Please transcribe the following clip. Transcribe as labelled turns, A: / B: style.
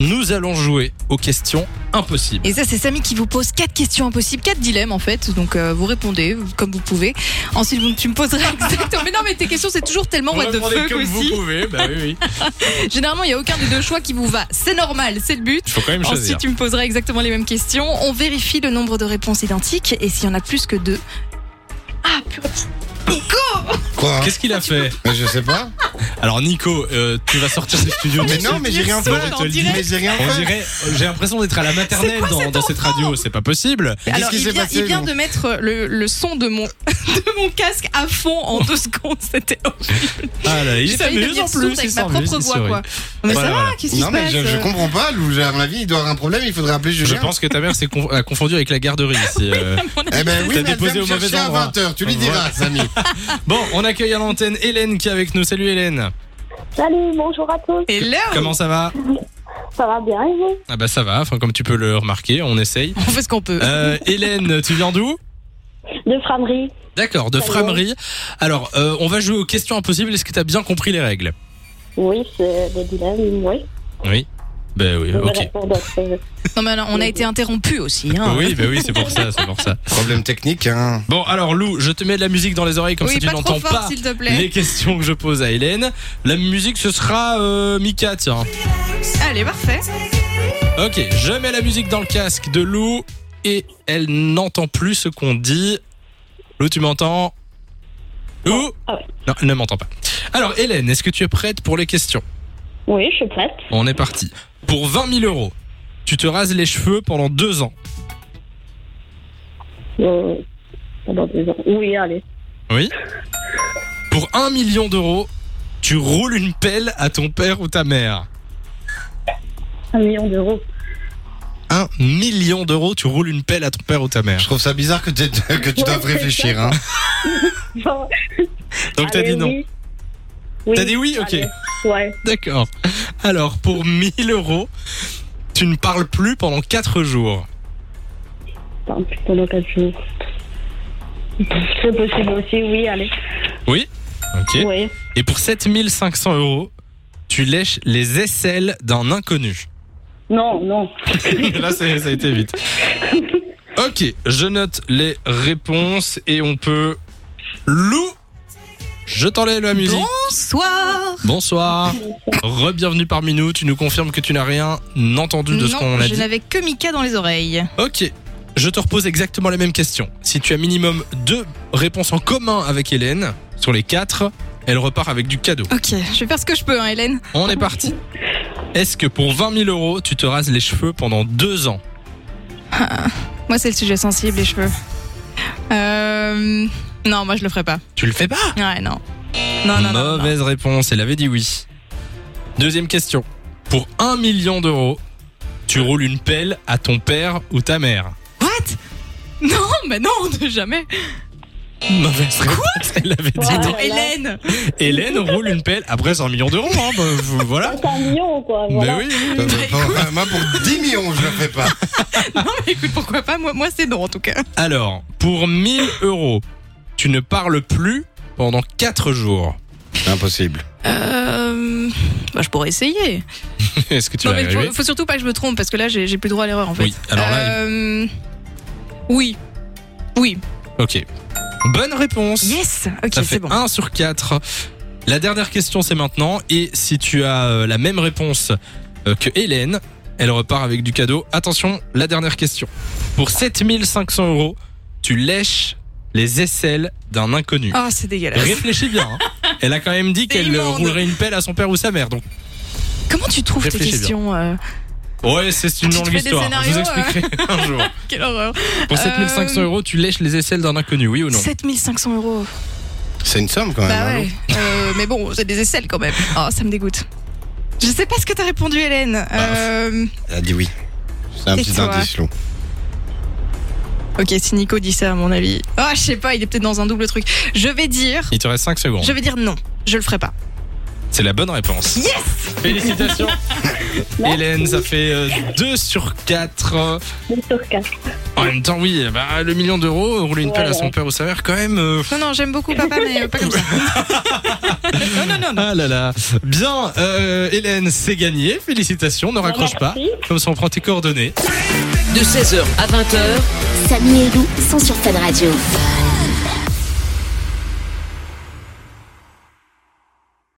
A: Nous allons jouer aux questions impossibles.
B: Et ça, c'est Samy qui vous pose quatre questions impossibles, quatre dilemmes en fait. Donc euh, vous répondez comme vous pouvez. Ensuite, vous- tu me poseras exactement. Mais non, mais tes questions, c'est toujours tellement what the fuck
A: comme vous
B: aussi.
A: pouvez, bah oui, oui.
B: Généralement, il n'y a aucun des deux choix qui vous va. C'est normal, c'est le but.
A: Il faut quand même choisir.
B: Ensuite, tu me poseras exactement les mêmes questions. On vérifie le nombre de réponses identiques et s'il y en a plus que deux. Ah, putain.
C: Quoi hein
A: Qu'est-ce qu'il a fait
C: Mais Je sais pas.
A: Alors Nico, euh, tu vas sortir du studio.
C: Mais
A: tout de
C: non, mais
A: suite.
C: j'ai rien
A: Je
C: fait.
A: te le dis.
C: Mais j'ai rien
A: On
C: fait.
A: dirait, euh, j'ai l'impression d'être à la maternelle dans, dans cette radio, c'est pas possible.
C: Qu'est-ce
B: Alors,
C: qui
B: il
C: s'est
B: vient,
C: passé,
B: il vient
C: donc
B: de mettre le, le son de mon, de mon casque à fond en deux secondes. C'était horrible.
A: Ah là, il
B: J'ai failli
A: s'amuse
B: devenir
A: en
B: sourde
A: plus, il
B: avec ma
A: s'amuse,
B: propre
A: il
B: voix,
A: sourit.
B: quoi. Mais
A: Voilà,
B: ça
A: voilà.
B: va, qu'est-ce qui se
C: Non, mais
B: passe euh
C: je, je comprends pas, Lou. j'ai- À mon avis, il doit avoir un problème. Il faudrait appeler
A: Je
C: Julien.
A: pense que ta mère s'est con- a confondu avec la garderie. ici, euh.
C: Eh ben oui,
A: T'as
C: mais elle
A: déposé
C: vient
A: au
C: me
A: mauvais
C: chercher à
A: endroit.
C: 20h. Tu lui diras, Samy.
A: Bon, on accueille à l'antenne Hélène qui est avec nous. Salut Hélène.
D: Salut, bonjour à tous.
B: Et là,
A: Comment ça va
D: Ça va bien et vous
A: Ah bah ça va. Enfin comme tu peux le remarquer, on essaye.
B: on fait ce qu'on peut.
A: Euh, Hélène, tu viens d'où
D: De framerie
A: D'accord, de
D: Hello.
A: framerie. Alors, euh, on va jouer aux questions impossibles. Est-ce que t'as bien compris les règles
D: Oui, c'est des dilemmes, oui.
A: Oui. Ben oui,
D: Je vais
A: ok.
D: répondre à ce-
B: Non, mais alors, on a été interrompu aussi. Hein.
A: Oui, ben oui, c'est pour ça, c'est pour ça.
C: problème technique, hein.
A: Bon, alors Lou, je te mets de la musique dans les oreilles comme
B: Oui,
A: ça tu
B: pas trop
A: n'entends
B: fort,
A: pas
B: s'il te plaît.
A: les questions que je pose à Hélène. La musique, ce sera euh, Mika, tiens.
B: Allez, parfait.
A: Ok, je mets la musique dans le casque de Lou et elle n'entend plus ce qu'on dit. Lou, tu m'entends Lou
D: Ah ouais.
A: Non, elle ne m'entend pas. Alors Hélène, est-ce que tu es prête pour les questions
D: Oui, je suis prête.
A: On est parti. Pour 20 000 euros, tu te rases les cheveux pendant deux ans.
D: Euh, pendant deux ans. Oui, allez.
A: Oui. Pour 1 million d'euros, tu roules une pelle à ton père ou ta mère.
D: Un million d'euros.
A: 1 million d'euros, tu roules une pelle à ton père ou ta
C: Je
A: mère.
C: trouve ça bizarre que, t'aies- que tu doives réfléchir, hein.
D: Bon,
A: Donc t'as
D: allez,
A: dit non.
D: Ah oui. Oui,
A: T'as dit oui Ok,
D: allez. Ouais.
A: d'accord. Alors, pour 1000 euros, tu ne parles plus pendant 4 jours.
D: Attends, plus pendant quatre jours. C'est possible aussi, oui, allez.
A: Ok.
D: Oui.
A: Et pour 7500 euros, tu lèches les aisselles d'un inconnu.
D: Non, non.
A: Là, c'est- ça a été vite. Ok, je note les réponses et on peut. Lou Je t'enlève la musique.
B: Bonsoir.
A: Bonsoir. Re-bienvenue parmi nous. Tu nous confirmes que tu n'as rien entendu de ce qu'on
B: Non,
A: a
B: je
A: dit.
B: n'avais que Mika dans les oreilles.
A: Ok, je te repose exactement la même question. Si tu as minimum deux réponses en commun avec Hélène, sur les quatre, elle repart avec du cadeau.
B: Ok, je vais faire ce que je peux, hein, Hélène.
A: On est parti. Est-ce que pour 20 000 euros, tu te rases les cheveux pendant deux ans
B: Moi, c'est le sujet sensible, les cheveux. Euh... Non, moi, je le ferai pas.
A: Tu le fais pas
B: Ouais, non. Non, non, non. non.
A: Mauvaise réponse, elle avait dit oui. Deuxième question. Pour 1 million d'euros, tu roules une pelle à ton père ou ta mère
B: What Non, mais non, jamais.
A: Mauvaise réponse, elle avait dit
D: Ouais.
A: non.
B: Attends, Hélène.
A: Hélène roule une pelle après 100 millions d'euros, hein, bah, vous- voilà.
D: Ah, C'est un million, quoi.
A: Bah
D: Voilà.
A: oui, oui, oui.
C: Euh, pour- euh, moi, pour 10 millions, je le fais pas.
B: Non, mais écoute, pourquoi pas Moi, moi c'est non, en tout cas.
A: Alors, pour 1000 euros, tu ne parles plus pendant 4 jours.
C: Impossible.
B: Euh... Bah, je pourrais essayer.
A: Est-ce que tu
B: non,
A: vas y
B: mais faut,
A: arriver
B: faut surtout pas que je me trompe parce que là, j'ai j'ai plus droit à l'erreur en fait.
A: Oui, alors là,
B: Euh, Oui. Oui.
A: Ok. Bonne réponse.
B: Yes. Ok,
A: Ça
B: c'est
A: fait
B: bon.
A: 1 sur 4. La dernière question, c'est maintenant. Et si tu as euh, la même réponse euh, que Hélène, elle repart avec du cadeau. Attention, la dernière question. Pour 7500 euros, tu lèches les aisselles d'un inconnu.
B: Ah, c'est dégueulasse.
A: Réfléchis bien. hein. Elle a quand même dit
B: C'est
A: qu'elle euh,
B: immonde.
A: roulerait une pelle à son père ou sa mère. Donc,
B: Comment tu trouves tes
A: Réfléchis bien.
B: questions euh,
A: ouais, c'est une
B: Tu te
A: longue
B: fais des
A: histoire. Je vous
B: scénarios,
A: expliquerai un jour.
B: Quelle horreur.
A: Pour 7500
B: Euh,
A: euros, tu lèches les aisselles d'un inconnu, oui ou non
B: 7500 euros.
C: C'est une somme quand même.
B: bah
C: hein,
B: ouais.
C: Lou
B: Euh, mais bon, c'est des aisselles quand même. Ah, ça me dégoûte. Je sais pas ce que t'as répondu,
A: Bah,
B: Hélène. Euh,
C: Elle a dit oui. C'est un
B: Et
C: petit
B: toi
C: indice, Lou.
B: Ok, si Nico dit ça, à mon avis. Ah, je sais pas, il est peut-être dans un double truc. Je vais dire.
A: Il te reste 5 secondes.
B: Je vais dire non. Je le ferai pas.
A: C'est la bonne réponse.
B: Yes
A: Félicitations Hélène, ça fait 2 sur 4.
D: Deux sur quatre.
A: En même temps, oui, bah, le million d'euros, rouler une pelle à
D: Voilà.
A: son père ou sa mère, quand même... euh,
B: Non, non, j'aime beaucoup papa, mais euh, pas comme ça. Non, non, non, non.
A: Ah là là. Bien, euh, Hélène, c'est gagné. Félicitations,
B: Bah,
A: ne raccroche pas.
D: Merci.
A: Comme ça, on prend tes coordonnées.
E: De 16h à 20h,
F: Samy et Lou sont sur Fun Radio.